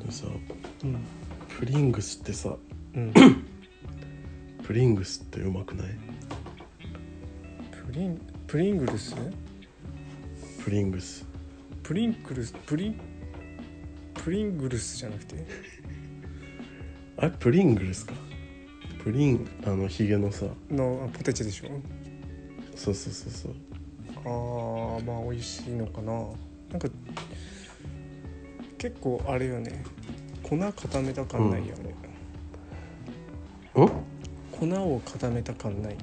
でもさうんプリングスってさうん、 プリングスってうまくないプリンプリングルスプリングスプリンクルスプリンプリングルスじゃなくてあれプリングルスかプリンあのヒゲのさのあポテチでしょそうそうそうそうあーまあ美味しいのかななんか結構あれよね粉固めた感ないよね、ん粉を固めた感 ない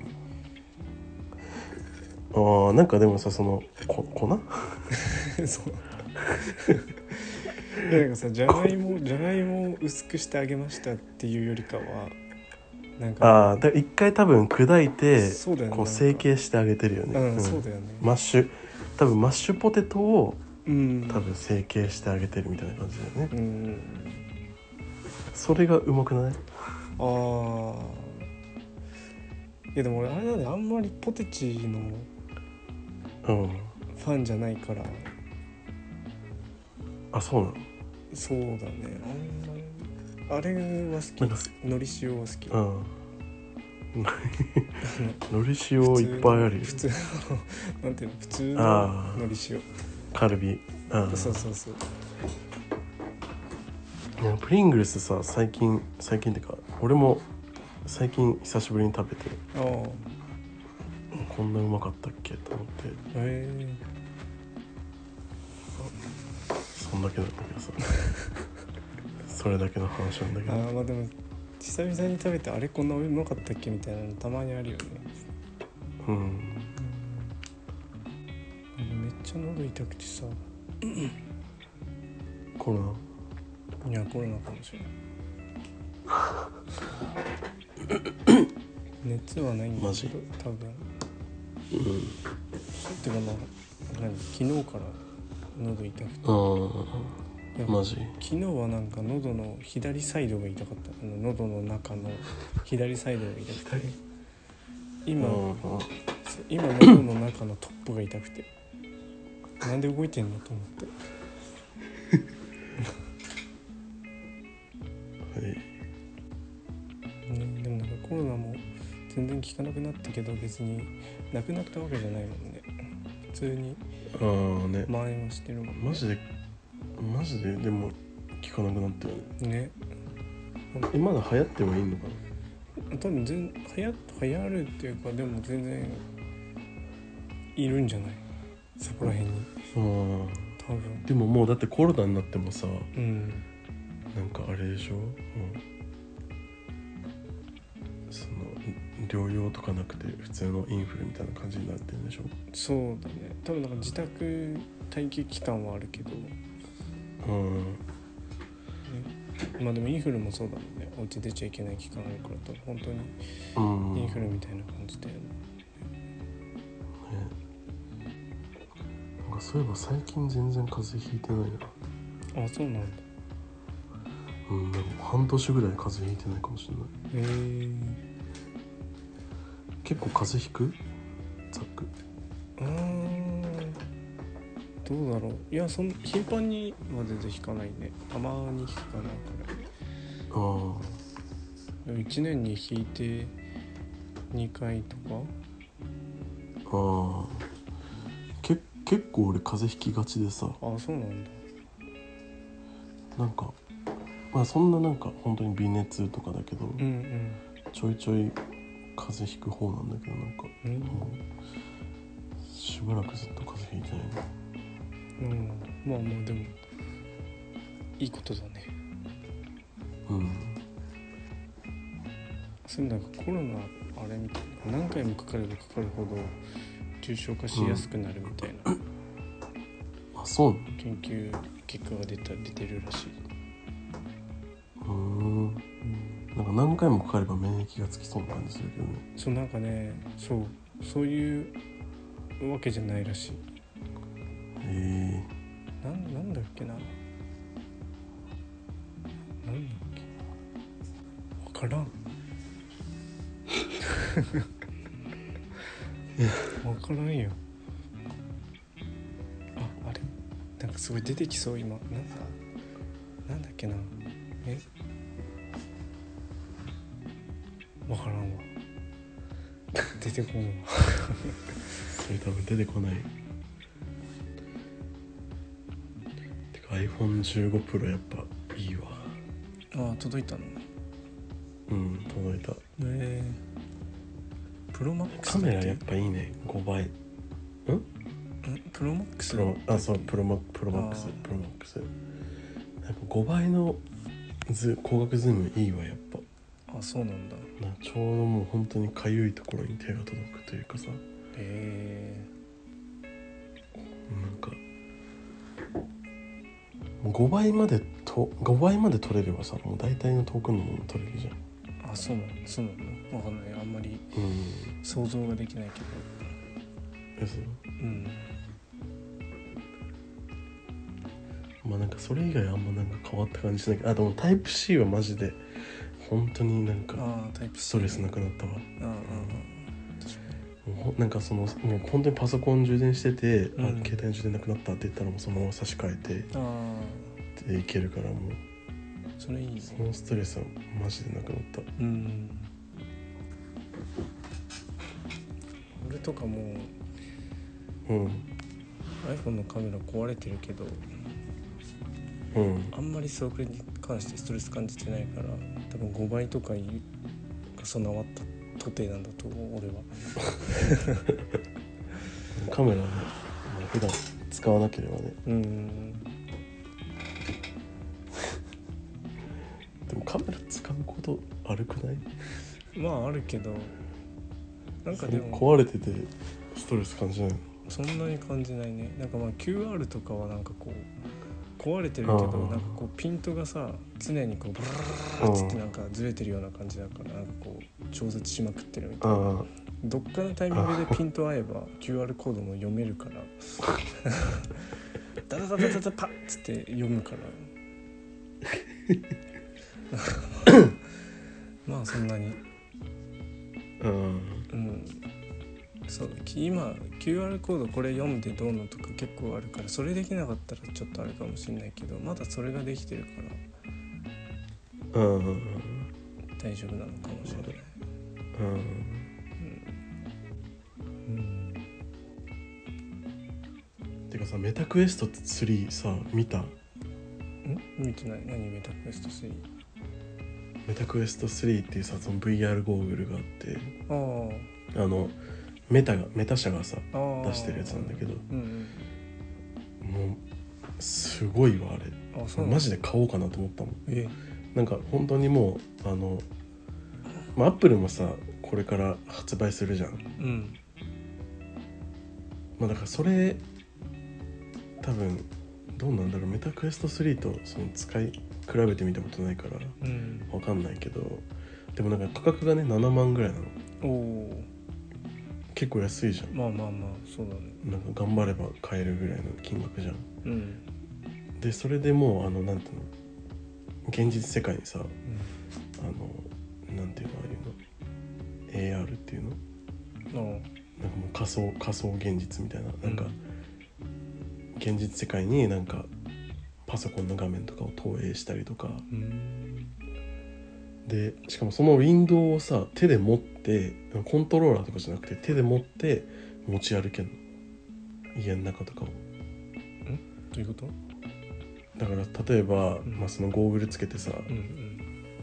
あーなんかでもさそのこ粉そう いやなんかさじゃがい もじゃがいもを薄くしてあげましたっていうよりかはなんかああだから一回多分砕いてそうだよねこうなんか成形してあげてるよね、うん、うんそうだよね、マッシュ多分マッシュポテトをうん多分成形してあげてるみたいな感じだよねうんそれがうまくないあーいやでも俺あれだねあんまりポテチのうんファンじゃないからあそうなのそうだねあんまりあれはな好んかきのり塩は好きうん のり塩いっぱいあるよ普通の なんていうの普通あのーのり塩カルビうんそうそうそういやプリングルスさ最近最近ってか俺も最近久しぶりに食べてああこんなうまかったっけと思ってへえそんだけだったけ どさそれだけの話なんだけあどーまあでも久々に食べてあれこんなうまかったっけみたいなのたまにあるよねうんめっちゃ喉痛くてさコロいやコロナかもしれない 熱はないんだマけジど多分ナてかまあ何昨日から喉痛くてうんいやマジ昨日はなんか喉の左サイドが痛かったあの喉の中の左サイドが痛く て今、うん今喉の中のトップが痛くてなんで動いてんのと思ってはいねでもなんかコロナも全然効かなくなったけど別になくなったわけじゃないもんね普通にああね蔓延はしてるもんねマジでマジででも聞かなくなったよねねえまだ流行ってはいいのかな多分全流行流行るっていうかでも全然いるんじゃないそこら辺にうん多分でももうだってコロナになってもさうんなんかあれでしょ、うん、その療養とかなくて普通のインフルみたいな感じになってるんでしょそうだね多分なんか自宅待機期間はあるけど、ねうんまあでもインフルもそうだもんねお家出ちゃいけない期間あるからと本当にうんインフルみたいな感じだよねねなんかそういえば最近全然風邪ひいてないなあそうなんだうんなんか半年ぐらい風邪ひいてないかもしれないへえ結構風邪ひくザックうーんどうだろういやそん頻繁には全然引かないねたまに引くかなくらいああでも1年に引いて2回とかああけ結構俺風邪ひきがちでさあそうなんだなんかまあそんななんか本当に微熱とかだけど、うんちょいちょい風邪ひく方なんだけどなんかうんうんもうしばらくずっと風邪ひいてないなうんまあまあでもいいことだねうんそれなんかコロナあれみたいな何回もかかればかかるほど重症化しやすくなるみたいな、ああそうな研究結果が出た出てるらしいのうーんなんか何回もかかれば免疫がつきそうな感じするけどねそうなんかねそうそういうわけじゃないらしいへなんなんだっけななんだっけ分からん分からんよああれなんかすごい出てきそう今なんだなんだっけなえ分からんわ 出てこんわえそれ多分出てこないてか iPhone15Pro やっぱいいわああ届いたのうん届いたえー、プロマックスだカっけメラやっぱいいね5倍んプロマックスプロあそうプロロマプロマックスあープロマックスやっぱ5倍のズ光学ズームいいわやっぱあそうなんだなちょうどもう本当にかゆいところに手が届くというかさえなんかもう5倍までと5倍まで取れればさもう大体の遠くのもの取れるじゃんー、あそうなのそうなのわかんないあんまりうん想像ができないけどえそううんまあなんかそれ以外あんまなんか変わった感じしないけどあでもタイプ C はマジで本当になんかああタイプストレスなくなったわうんうんもうほなんかそのもう本当にパソコン充電してて、あうん携帯の充電なくなったって言ったらもうそのまま差し替えうんあてでいけるからもうあそれいいねそのストレスはマジでなくなったうん俺とかもううん iPhone のカメラ壊れてるけどうんあんまりそれに関してストレス感じてないから多分5倍とかいうが備わったとてなんだと思う俺はカメラね、まあ、普段使わなければねうんでもカメラ使うことあるくないまああるけどなんかでも壊れててストレス感じないのそんなに感じないねなんかまあ QR とかはなんかこう壊れてるけどあーなんかこうピントがさ常にこうブラーッつってうんなんかずれてるような感じだからなんかこう調節しまくってるみたいなあどっかのタイミングでピント合えば QR コードも読めるから ダダダダダダパッつって読むから まあそんなにあうんうん、そう今 QR コードこれ読んでどうのとか結構あるからそれできなかったらちょっとあれかもしれないけどまだそれができてるかうんうんら大丈夫なのかもしれない、うんうん、てかさメタクエスト3さ見た見てない何メタクエスト3メタクエスト3っていうさその VR ゴーグルがあってああのメタがメタ社がさあああ出してるやつなんだけどうんもうすごいわあれうんあそうなのマジで買おうかなと思ったもんえなんか本当にもうあのまあアップルもさこれから発売するじゃんうんまあだからそれ多分どうなんだろうメタクエスト3とその使い比べてみたことないからうんわかんないけどでもなんか価格がね7万ぐらいなのおお結構安いじゃんまあまあまあそうだねなんか頑張れば買えるぐらいの金額じゃんうん、でそれでもうあのなんていうの現実世界にさあのなんていうのああいうの AR っていうのうん、なんかもう仮想仮想現実みたいななんかうん現実世界になんかパソコンの画面とかを投影したりとかうんでしかもそのウィンドウをさ手で持ってコントローラーとかじゃなくて手で持って持ち歩けんの家の中とかをどういうことだから例えば、んまあ、そのゴーグルつけてさ、うん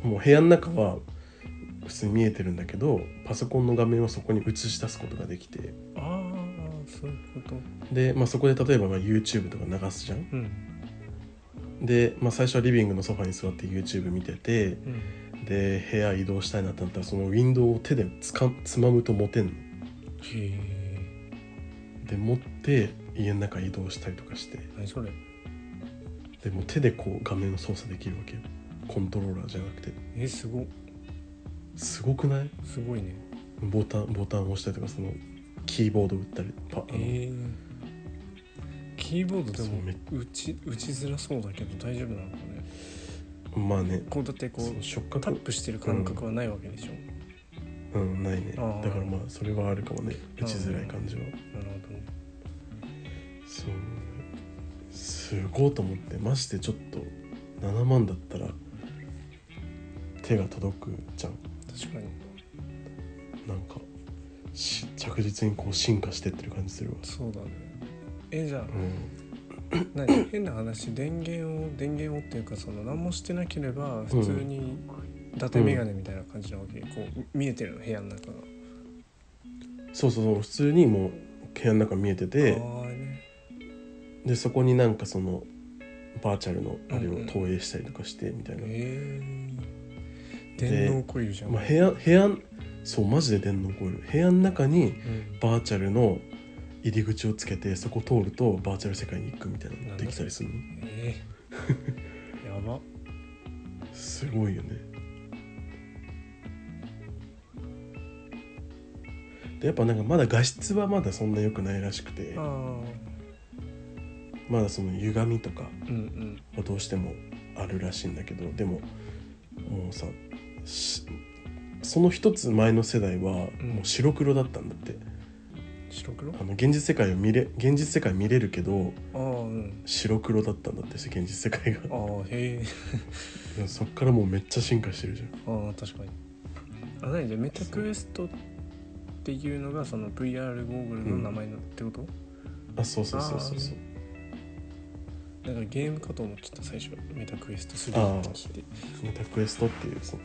もう部屋の中は普通に見えてるんだけどパソコンの画面をそこに映し出すことができてうんああそういうことで、まあ、そこで例えばまあ YouTube とか流すじゃんうんで、まあ、最初はリビングのソファに座って YouTube 見ててうんで部屋移動したいなってなったらそのウィンドウを手でつかつまむと持てんのへえで持って家の中移動したりとかして何それでもう手でこう画面を操作できるわけよコントローラーじゃなくてえすごすごくないすごいねボタンボタンを押したりとかそのキーボード打ったりパあの、えー、キーボードでそうもめ打ち打ちづらそうだけど大丈夫なのかねまあねこうだってこそうう触タ覚ップしてる感覚はないわけでしょ、うんないねだあーからまあそれはあるかもね打ちづらい感じはなるほどねそうすごいと思ってましてちょっと7万だったら手が届くじゃん確かになんかし着実にこう進化してってる感じするわそうだねえじゃあうん何 変な話電源を電源をっていうかその何もしてなければ普通に伊達眼鏡みたいな感じなわけ、こう見えてるの部屋の中がそうそうそう普通にもう部屋の中見えててああねでそこになんかそのバーチャルのあれうんうをん投影したりとかしてみたいな、ええで電脳コイルじゃん、まあ、部屋部屋そうマジで電脳コイル部屋の中にうんバーチャルの入り口をつけてそこ通るとバーチャル世界に行くみたいななのんでだきたりするのええ やばすごいよねでやっぱなんかまだ画質はまだそんな良くないらしくてああまだその歪みとかうんはどうしてもあるらしいんだけどでももうさしその一つ前の世代はうんもう白黒だったんだって、うん白黒ああの現実世界を見れ現実世界見れるけどあうん白黒だったんだって現実世界がああへえでもそっからもうめっちゃ進化してるじゃんああ確かにあ何でメタクエストっていうのがその VR ゴーグルの名前のってこと、あそうそうそうそうそうなんかゲームかと思っちゃった最初メタクエスト3って聞いてメタクエストっていうその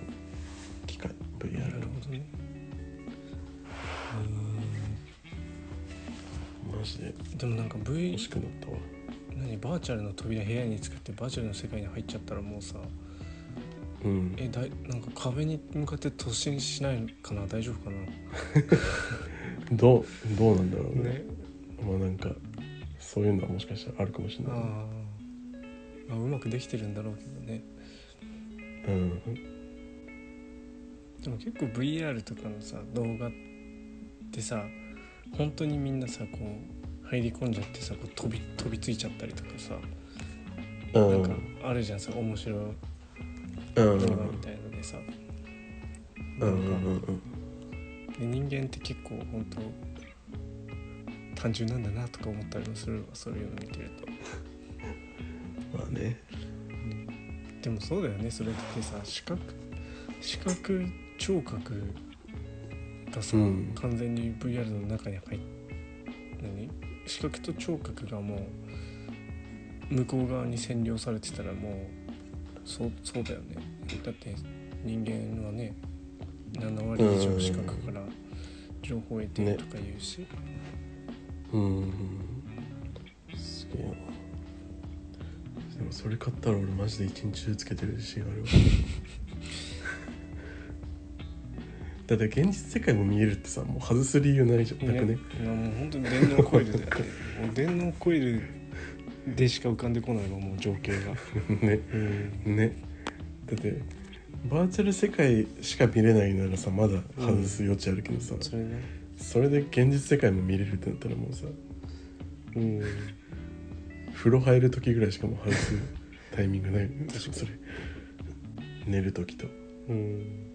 機械な VR るほどねマジでうんでもなんか V 欲しくなったわ何バーチャルの扉部屋に作ってバーチャルの世界に入っちゃったらもうさうんえだいなんか壁に向かって突進しないのかな大丈夫かなどうどうなんだろうねねまあなんかそういうのはもしかしたらあるかもしれあないねー、まあうまくできてるんだろうけどねうんでも結構 VR とかのさ動画ってさ本当にみんなさこう入り込んじゃってさこう飛び飛びついちゃったりとかさうなんんかあるじゃんさ面白いうんうんうん動画みたいのでさ、うなんうんかでん人間って結構本当単純なんだなとか思ったりもするわそういうの見てると、まあねでもそうだよねそれってさ視覚視覚聴覚がさ、うん完全に VR の中に入っ何視覚と聴覚がもう向こう側に占領されてたらもうそうそうだよねだって人間はね7割以上視覚から情報を得てるとか言うし、うんすげえなでもそれ買ったら俺マジで一日中つけてる自信あるわ だって現実世界も見えるってさもう外す理由ないじゃんなくねねなもう本当に電脳コイルだよねもう電脳コイルでしか浮かんでこないわもう情景がねうんねだってバーチャル世界しか見れないならさまだ外す余地あるけどさ、それねそれで現実世界も見れるってなったらもうさうん風呂入る時ぐらいしかもう外すタイミングない確かにそれ寝る時とうん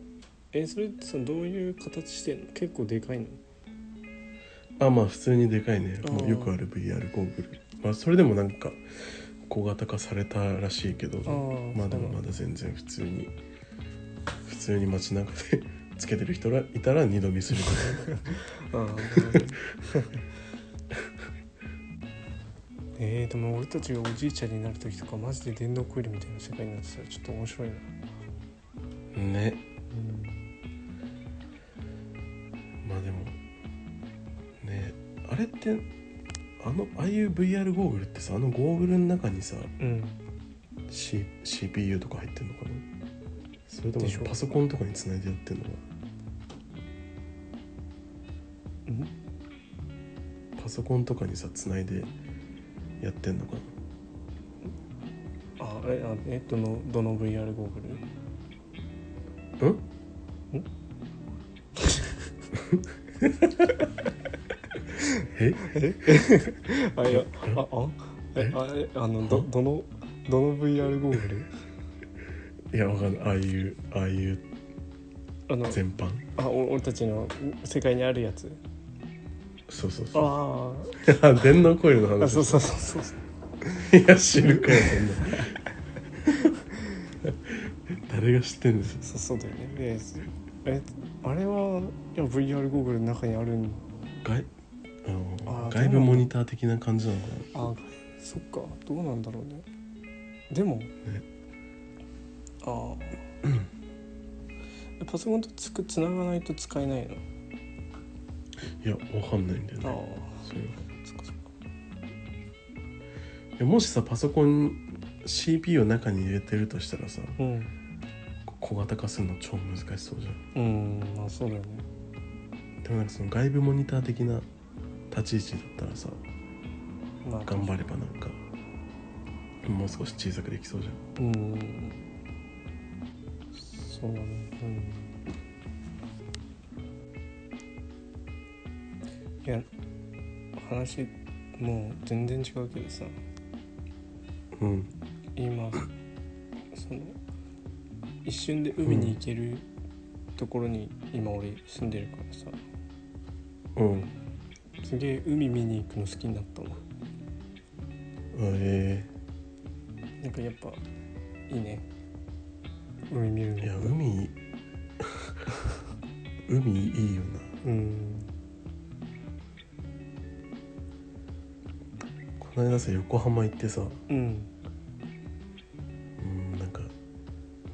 えそれってさどういう形してんの結構でかいのあまあ普通にでかいねあーもうよくある VR ゴーグルまあそれでもなんか小型化されたらしいけどあーまあでそもうなまんだだ全然普通に普通に街中で つけてる人らいたら二度見するとかああ えー、でも俺たちがおじいちゃんになる時とかマジで電動コイルみたいな世界になってたらちょっと面白いな、ねまあでもねあれってあのああいう VR ゴーグルってさあのゴーグルの中にさ、うん、 C、CPU とか入ってんのかなそれとでしょもパソコンとかにつないでやってんのかうんなパソコンとかにさつないでやってんのかなあえあえどのどの VR ゴーグルんん えあいやああえあえあのどどのどの VR ゴーグルいやわかんないああいうああいうあの全般あお俺たちの世界にあるやつそうそうそうああ 電脳コイルのああ話そうそうそうそう いや知るかよそんな 誰が知ってんですそうそうだよねでえあれはいや VR ゴーグルの中にあるん外あのあー外部モニター的な感じなのかなあそっかどうなんだろうねでもああパソコンとつくつながないと使えないのいやわかんないんだよあねあそれはそっかそっかいやもしさパソコン CPU を中に入れてるとしたらさうん小型化するの超難しそうじゃんうんまあそうだよねでもなんかその外部モニター的な立ち位置だったらさまあ頑張ればなんかもう少し小さくできそうじゃんうんそうだねうんいや話もう全然違うけどさうん今その一瞬で海に行けるところに今俺住んでるからさうんすげえ海見に行くの好きになったわえなんかやっぱいいね海見るー、のい や海海いいよなうんこの間さ横浜行ってさうんうんなんか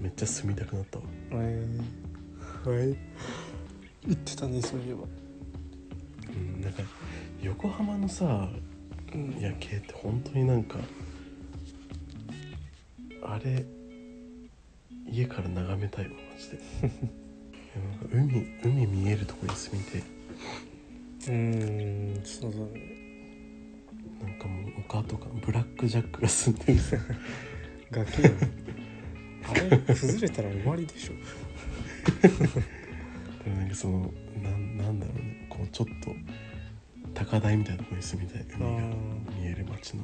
めっちゃ住みたくなったわえー、はい言ってたねそういえばうんなんか横浜のさうん夜景って本当になんかあれ家から眺めたいわマジで いやなんか海海見えるとこに住みてうんそうだねなんかもう丘とかブラックジャックが住んでる崖よあれ崩れたら終わりでしょでもなんかそのなんなんだろうねこうちょっと高台みたいなとこに住みたい海が見える街の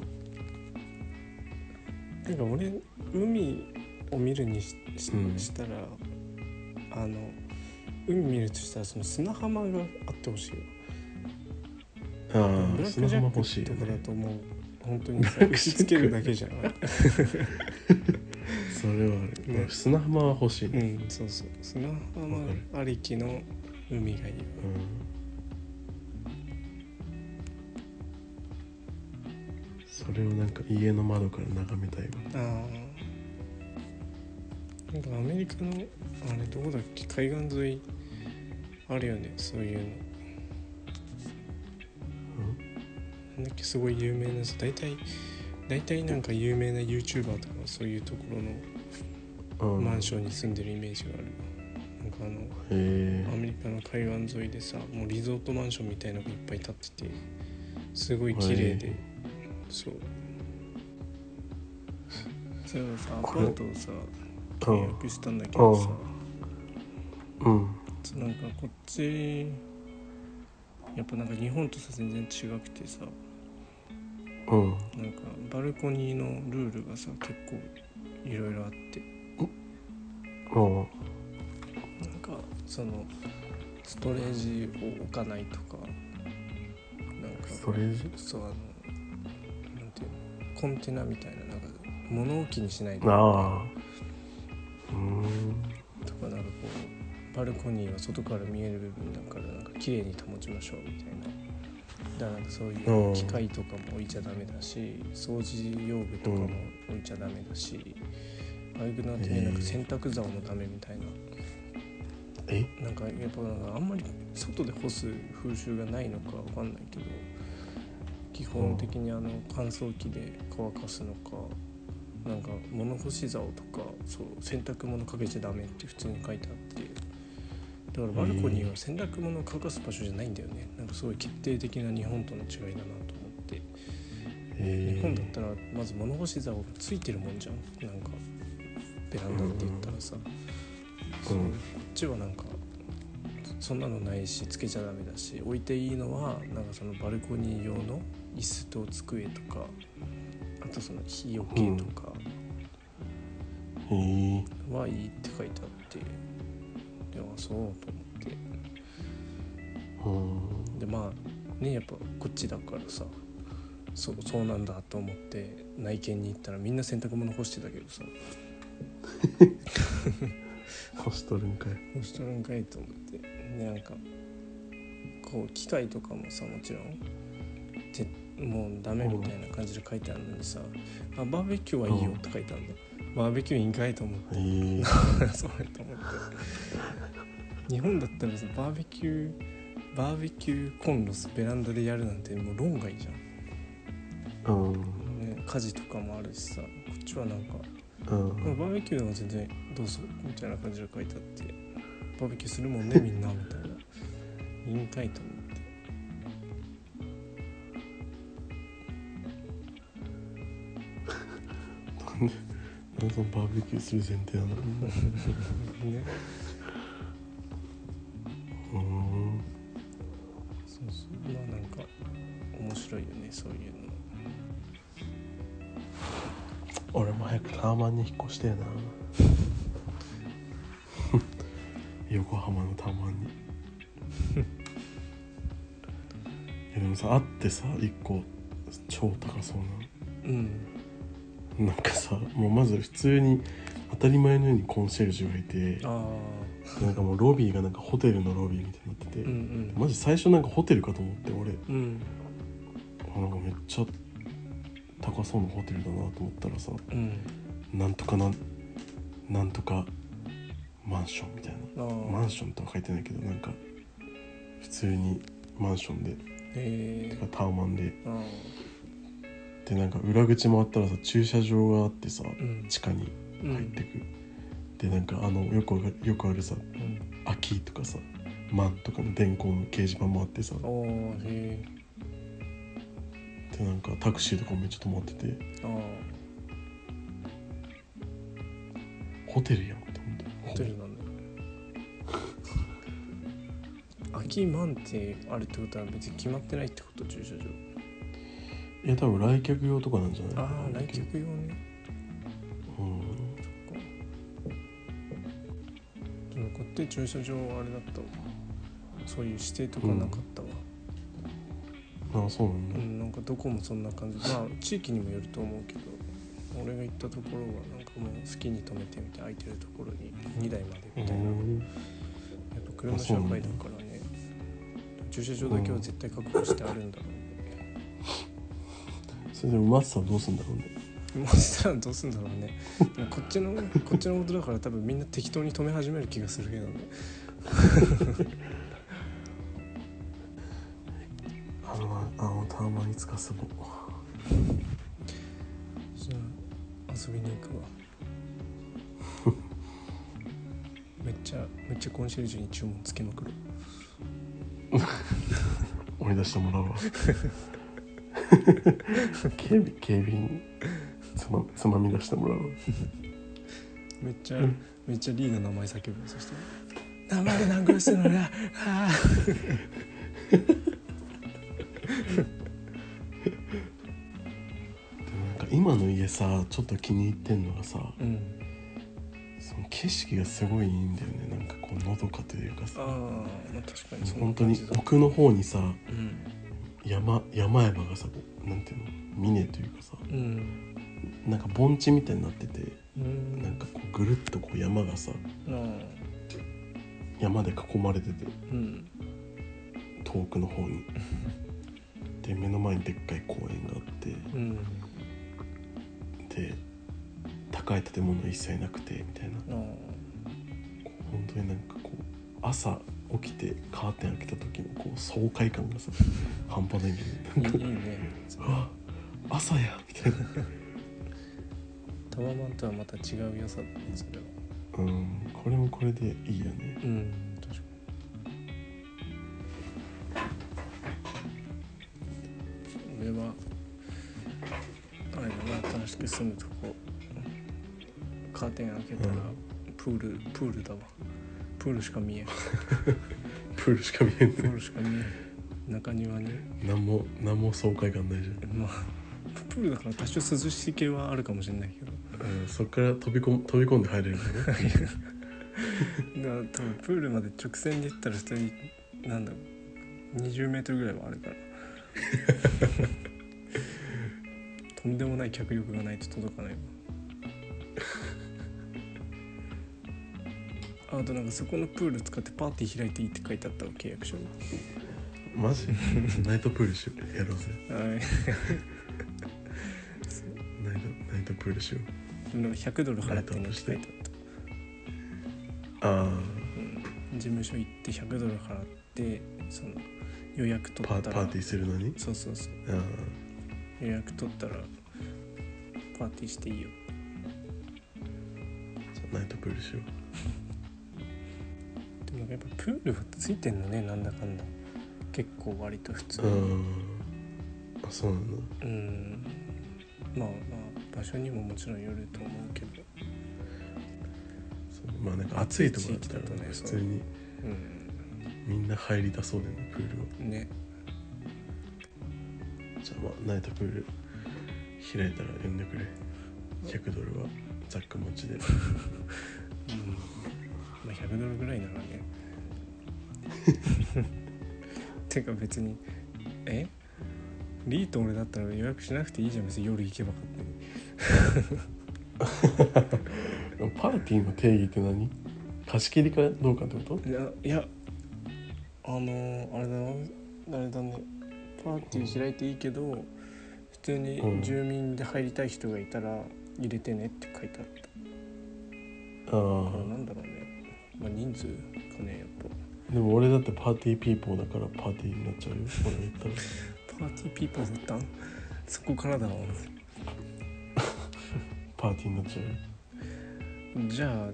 なんか俺海を見るにししうんしたら、あの海見るとしたらその砂浜があってほしいよあブあラッ砂クジャ浜ック欲しいよとかだねともう本当にさブラッ打クジャックちつけるだけじゃんそれはある、ね砂浜は欲しいねうんそうそう砂浜ありきの海がいいようんそれをなんか家の窓から眺めたいわあーなんかアメリカのあれどこだっけ海岸沿いあるよねそういうのなんだっけすごい有名なやつ大体大体なんか有名な YouTuber とかそういうところのうん、マンョションに住んでるイメージがあるなんかあのンへアメリカの海岸沿いでさもうリゾートマンションみたいのがいっぱい建っててすごい綺麗で、はいそうそれはさアパこれートをさえ契約したんだけどさうんそうなんかこっちやっぱなんか日本とさ全然違くてさうんなんかバルコニーのルールがさ結構いろいろあってうんなんかそのストレージを置かないとかなんかストレージそうあのなんていうのコンテナみたいななんか物置にしないとあかあうんとかなんかこうバルコニーは外から見える部分だからなんか綺麗に保ちましょうみたいな。だからなんかそういう機械とかも置いちゃダメだし掃除用具とかも置いちゃダメだし、ああいうのってねなんか洗濯竿のためみたいなえなんかやっぱなんかあんまり外で干す風習がないのかわかんないけど基本的にあの乾燥機で乾かすのかなんか物干し竿とかそう洗濯物かけちゃダメって普通に書いてあってだからバルコニーは洗濯物を乾かす場所じゃないんだよねなんかすごい決定的な日本との違いだなと思って日本だったらまず物干し竿がついてるもんじゃんなんかベランダって言ったらさ、そううんこっちはなんかそんなのないしつけちゃダメだし置いていいのはなんかそのバルコニー用の椅子と机とかあとその日よけとかへえはいいって書いてあって、でもそうと思ってうんでまあねやっぱこっちだからさそそうなんだと思って内見に行ったらみんな洗濯物干してたけどさ干しとるんかい干しとるんかいと思ってでなんかこう機械とかもさもちろんてもうダメみたいな感じで書いてあるのにさ「あバーベキューはいいよ」って書いてあるんだ、バーベキューいいんかいと思ってへえ そうやと思って日本だったらさバーベキューバーベキューコンロスベランダでやるなんてもう論外じゃんうんね、家事とかもあるしさこっちはなんか、うまあんバーベキューでも全然どうぞみたいな感じで書いてあってバーベキューするもんねみんなみたいな委員会と思ってなんでそのバーベキューする前提なのねうんそうそうまあなんか面白いよねそういうの俺も早くタワマンに引っ越してえ な横浜のタワマン にいやでもさあってさ一個超高そううんななんかさもうまず普通に当たり前のようにコンシェルジュがいてああなんかもうロビーがなんかホテルのロビーみたいになってて、うんうんマジ最初なんかホテルかと思って俺うんあなんかめっちゃ高そうなホテルだなと思ったらさうんなんとかなんなんとかマンションみたいあなマあンションとは書いてないけどなんか普通にマンションでえてかタワマンでー、ああでなんか裏口回ったらさ駐車場があってさうん地下にう入っんてく、でなんかあのよくわかよくあるさうん「秋」とかさ「マン」とかの電光の掲示板もあってさああへえでなんかタクシーとかもめっちゃ止まっててああホテルやんって思ってホテルなんだよ秋満ってあるってことは別に決まってないってこと駐車場いや多分来客用とかなんじゃないああ来客用ねうんでもこって駐車場はあれだったわそういう指定とかなかったわ、あそうなんうだ、んなんかどこもそんな感じまあ地域にもよると思うけど俺が行ったところはなんかもう好きに止めてみて空いてるところに2台までみたいな、やっぱ車社会だからね駐車場だけは絶対確保してあるんだろうねそれでもマツさんどうすんだろうねもうしたらどうすんだろうねでもこっちのこっちのことだから多分みんな適当に止め始める気がするけどねあのあのタワマンいつか住もうじゃあ遊びに行 くわめっちゃめっちゃコンシェルジュに注文つけまくる追い出しても らうわ警備警備員つまつまみ出してもらうわめっちゃめっちゃリーの名前叫ぶよそして「名前で何個してるのなあーでもなんか今の家さちょっと気に入ってんのがさ うんその景色がすごいいいんだよねなんかこうのどかというかあさーまあ確かにそんな本当感にじだ奥の方にさうん山山々がさなんていうの峰というかさうんなんか盆地みたいになっててうんなんかこうぐるっとこう山がさなあ山で囲まれててうん遠くの方にで目の前にでっかい公園があっうんてで高い建物は一切なくてみたいななあ本当になんかこう朝起きてカーテン開けた時のこう爽快感がさ半端ないんだよいいねなんいかい ね「あ朝や」みたいなタワマンとはまた違う良さだねそれはうんこれもこれでいいよねうん確かにしく住むとこカーテン開けたらうんプールプールだわプールしか見えんプールしか見プえんねールしか見えん中庭に何も何も爽快感ないじまあプールだから多少涼しい系はあるかもしれないけどゃん、うん、そっから飛び込む飛び込んで入れるからねだから多分プールまで直線で行ったら普通になんだろう20メートルぐらいはあるから とんでもない脚力がないと届かないわああとなんかそこのプール使ってパーティー開いていいって書いてあったわ契約書にマジナイトプールしようやろうぜはいナイトナイトプールしようなんか100ドル払ってねって書いてあったあ事務所行って100ドル払ってその予約あ取パっーたパらーティーするのにそうそうそうああ予約取ったらパーティーしていいよじゃあナイトプールしよでもやっぱプールはついてんのねなんだかんだ結構割と普通うあああそうなんだうんまあまあ場所にももちろんよると思うけどそうまあなんか暑いとこだったら暑い地域だとね普通にうんみんな入りたそうだよねプールはねじゃあまあナイトプール開いたら呼んでくれ100ドルはザック持ちでうんまあ100ドルぐらい ならねてか別にえリーと俺だったら予約しなくていいじゃん別に夜行けばよかっ パーティーの定義って何貸し切りかどうかってことたいやいやあのーあれだなあれだねパーティー開いていいけど、普通に住民で入りたい人がいたら入れてねって書いてあっただからあなんだろうねまあ人数かねやっあでも俺だってパーティーピーポーだからパーティーになっちゃうよ俺が言ったらぱパーティーピーポーだったんそこからだわパーティーになっちゃうよじゃ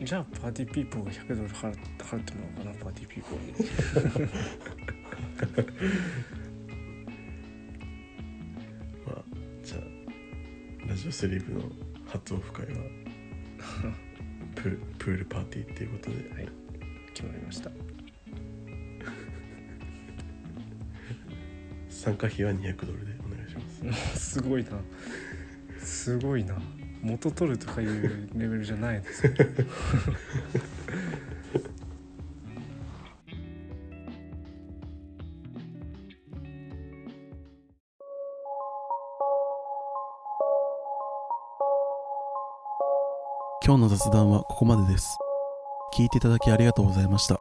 あじゃあパーティーピーポーが100ドル払っ払ってもらおうかなパーティーピーポーにまあじゃあラジオスリープの初オフ会はプールプールパーティーっていうことで決まりました参加費は200ドルでお願いしますすごいなすごいな元取るとかいうレベルじゃないです今日の雑談はここまでです聞いていただきありがとうございました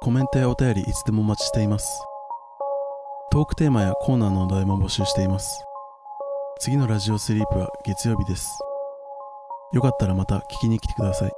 コメントやお便りいつでもお待ちしていますトークテーマやコーナーのお題も募集しています次のラジオスリープは月曜日ですよかったらまた聞きに来てください